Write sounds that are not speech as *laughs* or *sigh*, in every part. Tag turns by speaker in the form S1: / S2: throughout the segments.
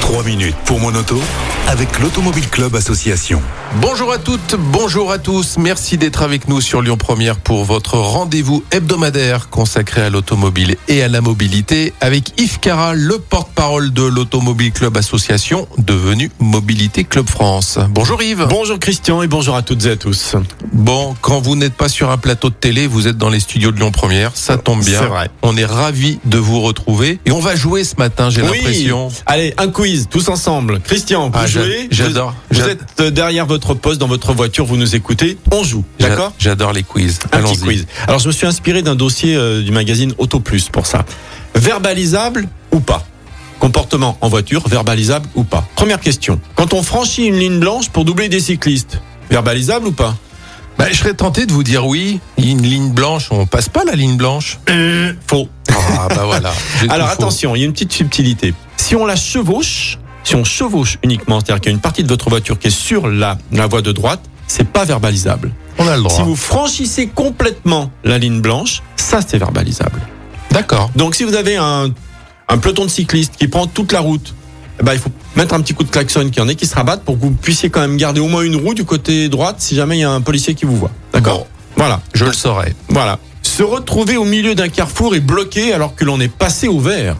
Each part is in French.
S1: Trois minutes pour mon auto avec l'Automobile Club Association.
S2: Bonjour à toutes, bonjour à tous. Merci d'être avec nous sur Lyon Première pour votre rendez-vous hebdomadaire consacré à l'automobile et à la mobilité avec Yves Cara, le porte-parole de l'Automobile Club Association devenu Mobilité Club France. Bonjour Yves.
S3: Bonjour Christian et bonjour à toutes et à tous.
S2: Bon, quand vous n'êtes pas sur un plateau de télé, vous êtes dans les studios de Lyon Première, ça tombe bien.
S3: Euh, C'est vrai.
S2: On est ravis de vous retrouver et on va jouer ce matin, j'ai l'impression.
S3: Allez, un quiz tous ensemble. Christian, vous
S2: Ah, j'a-
S3: jouez.
S2: j'adore.
S3: Vous, vous
S2: J'a-
S3: êtes euh, derrière votre poste dans votre voiture, vous nous écoutez. On joue,
S2: J'a-
S3: d'accord
S2: J'adore les quiz.
S3: Un petit
S2: Allons-y.
S3: quiz. Alors je me suis inspiré d'un dossier euh, du magazine Auto Plus pour ça. Verbalisable ou pas Comportement en voiture, verbalisable ou pas Première question. Quand on franchit une ligne blanche pour doubler des cyclistes, verbalisable ou pas
S2: Bah, je serais tenté de vous dire oui. Une ligne blanche, on passe pas la ligne blanche.
S3: Faux.
S2: Ah bah
S3: *laughs*
S2: voilà. J'ai
S3: Alors
S2: tout faux.
S3: attention, il y a une petite subtilité. Si on la chevauche, si on chevauche uniquement, c'est-à-dire qu'il y a une partie de votre voiture qui est sur la, la voie de droite, c'est pas verbalisable.
S2: on a le droit.
S3: Si vous franchissez complètement la ligne blanche, ça c'est verbalisable.
S2: D'accord.
S3: Donc si vous avez un, un peloton de cyclistes qui prend toute la route, eh ben, il faut mettre un petit coup de klaxon qu'il y en ait qui se rabattent pour que vous puissiez quand même garder au moins une roue du côté droite si jamais il y a un policier qui vous voit. D'accord
S2: Bon.
S3: Voilà.
S2: Je le saurais.
S3: Voilà. Se retrouver au milieu d'un carrefour et bloqué alors que l'on est passé au vert.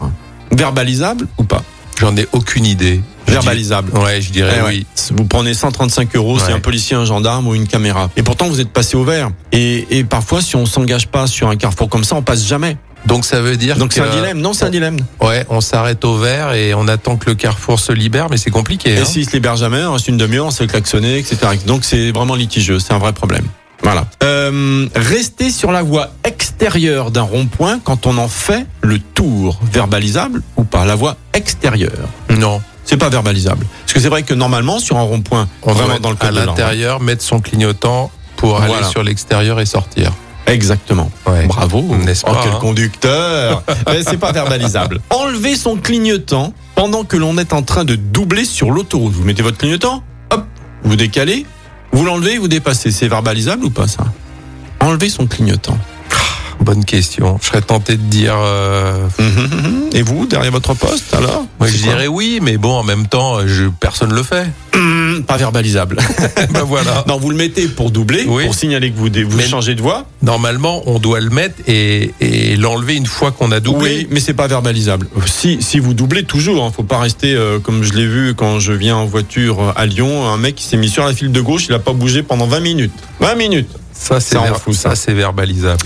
S3: Verbalisable ou pas
S2: J'en ai aucune idée. Je
S3: Verbalisable.
S2: dis- Ouais, je dirais
S3: Eh ouais.
S2: oui.
S3: Vous prenez 135 euros, c'est
S2: Ouais.
S3: un policier, un gendarme ou une caméra. Et pourtant, vous êtes passé au vert. Et, et parfois, si on s'engage pas sur un carrefour comme ça, on passe jamais.
S2: Donc euh, ça veut dire
S3: Donc
S2: que
S3: c'est un dilemme. Non, c'est un dilemme.
S2: ouais, on s'arrête au vert et on attend que le carrefour se libère, mais c'est compliqué.
S3: Et
S2: hein.
S3: s'il se libère jamais, on reste une demi-heure, on se fait klaxonner, etc. Donc c'est vraiment litigieux, c'est un vrai problème. Voilà. Euh, rester sur la voie extérieure d'un rond-point quand on en fait le tour, verbalisable ou pas La voie extérieure,
S2: Non,
S3: c'est pas verbalisable. Parce que c'est vrai que normalement sur un rond-point,
S2: on doit
S3: vraiment dans le
S2: à
S3: code de l'ordre. hein.
S2: l'intérieur mettre son clignotant pour
S3: Voilà.
S2: aller sur l'extérieur et sortir.
S3: Exactement.
S2: Ouais.
S3: Bravo,
S2: N'est-ce
S3: Oh,
S2: pas,
S3: quel
S2: hein *laughs*
S3: conducteur Mais c'est pas verbalisable. Enlever son clignotant pendant que l'on est en train de doubler sur l'autoroute. Vous mettez votre clignotant, hop, vous décalez, vous l'enlevez, vous dépassez. C'est verbalisable ou pas ça Enlever son
S2: *laughs*
S3: clignotant.
S2: Bonne question. Je serais tenté de dire euh,
S3: Et vous, derrière votre poste, alors
S2: ouais,
S3: C'est
S2: je
S3: quoi
S2: dirais oui, mais bon en même temps, euh, je, personne le
S3: *laughs*
S2: fait.
S3: Hum,
S2: *laughs*
S3: pas verbalisable.
S2: ben voilà.
S3: non, vous le mettez pour doubler,
S2: Oui.
S3: pour signaler que vous, dé- vous
S2: Mais-
S3: changez de voie.
S2: Normalement, on doit le mettre et, et l'enlever une fois qu'on a doublé.
S3: Oui, mais c'est pas verbalisable. Si, si vous doublez toujours, hein, faut pas rester euh, comme je l'ai vu quand je viens en voiture euh, à Lyon, un mec qui s'est mis sur la file de gauche, il a pas bougé pendant 20 minutes. 20 minutes.
S2: Ça, c'est
S3: Ça, on
S2: ver-
S3: fout, ça.
S2: ça, c'est verbalisable.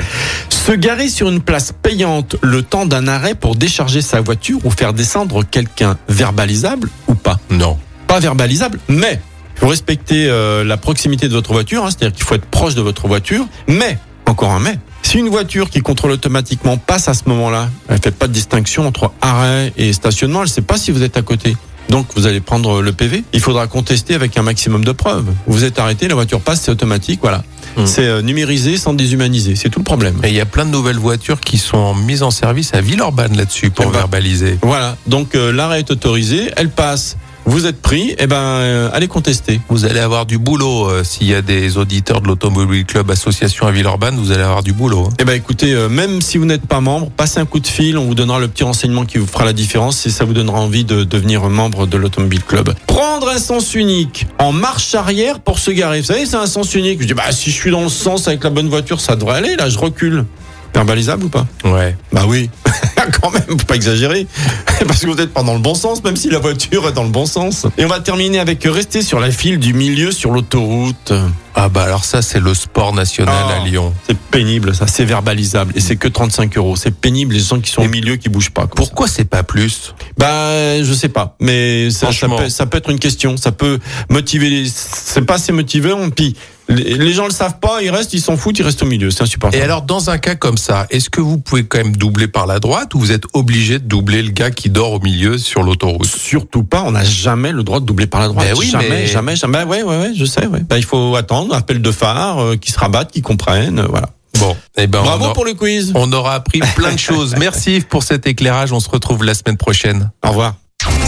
S3: Se garer sur une place payante le temps d'un arrêt pour décharger sa voiture ou faire descendre quelqu'un, verbalisable ou pas
S2: Non.
S3: Pas verbalisable, mais il faut respecter euh, la proximité de votre voiture, hein, c'est-à-dire qu'il faut être proche de votre voiture, mais encore un mais. Si une voiture qui contrôle automatiquement passe à ce moment-là, elle fait pas de distinction entre arrêt et stationnement, elle ne sait pas si vous êtes à côté. Donc vous allez prendre le PV, il faudra contester avec un maximum de preuves. Vous êtes arrêté, la voiture passe, c'est automatique, voilà.
S2: Hmm.
S3: C'est euh, numérisé sans déshumaniser, c'est tout le problème.
S2: Et il y a plein de nouvelles voitures qui sont mises en service à Villeurbanne là-dessus pour
S3: Eh ben.
S2: verbaliser.
S3: Voilà, donc euh, l'arrêt est autorisé, elle passe, vous êtes pris, et ben euh, allez contester.
S2: Vous allez avoir du boulot euh, s'il y a des auditeurs de l'Automobile Club Association à Villeurbanne, vous allez avoir du boulot. hein.
S3: Eh ben écoutez, euh, même si vous n'êtes pas membre, passez un coup de fil, on vous donnera le petit renseignement qui vous fera la différence et ça vous donnera envie de devenir membre de l'Automobile Club. Prendre un sens unique en marche arrière pour se garer. Vous savez, c'est un sens unique. Je dis, bah si je suis dans le sens avec la bonne voiture, ça devrait aller, là je recule. Verbalisable ou pas
S2: Ouais.
S3: Bah oui. *laughs* Quand même, faut pas exagérer. *laughs* Parce que vous êtes pas dans le bon sens, même si la voiture est dans le bon sens. Et on va terminer avec euh, rester sur la file du milieu sur l'autoroute.
S2: Ah bah alors ça, c'est le sport national
S3: Ah.
S2: à Lyon.
S3: C'est pénible, ça, c'est verbalisable. Et c'est que 35 euros. C'est pénible, les gens qui sont au milieu qui bougent pas. Pourquoi
S2: Pourquoi c'est pas plus
S3: Bah, je sais pas. Mais ça, ça,
S2: Franchement.
S3: peut, ça peut être une question. Ça peut motiver les. C'est pas assez motivant. Puis les les gens le savent pas, ils restent, ils s'en foutent, ils restent au milieu. C'est
S2: Et
S3: insupportable.
S2: alors, dans un cas comme ça, est-ce que vous pouvez quand même doubler par la droite ou vous êtes obligé de doubler le gars qui dort au milieu sur l'autoroute
S3: Surtout pas, on n'a jamais le droit de doubler par la droite.
S2: Ben oui,
S3: jamais,
S2: mais-
S3: jamais, jamais. Ben Ouais, ouais, ouais, je sais. Ouais. Bah, il faut attendre, appel de phare, euh, qu'ils se rabattent, qu'ils comprennent. euh, voilà.
S2: Bon, eh ben,
S3: Bravo
S2: on, a-
S3: pour le quiz.
S2: on aura appris plein de choses. Merci Yves, pour cet éclairage. On se retrouve la semaine prochaine.
S3: Au revoir.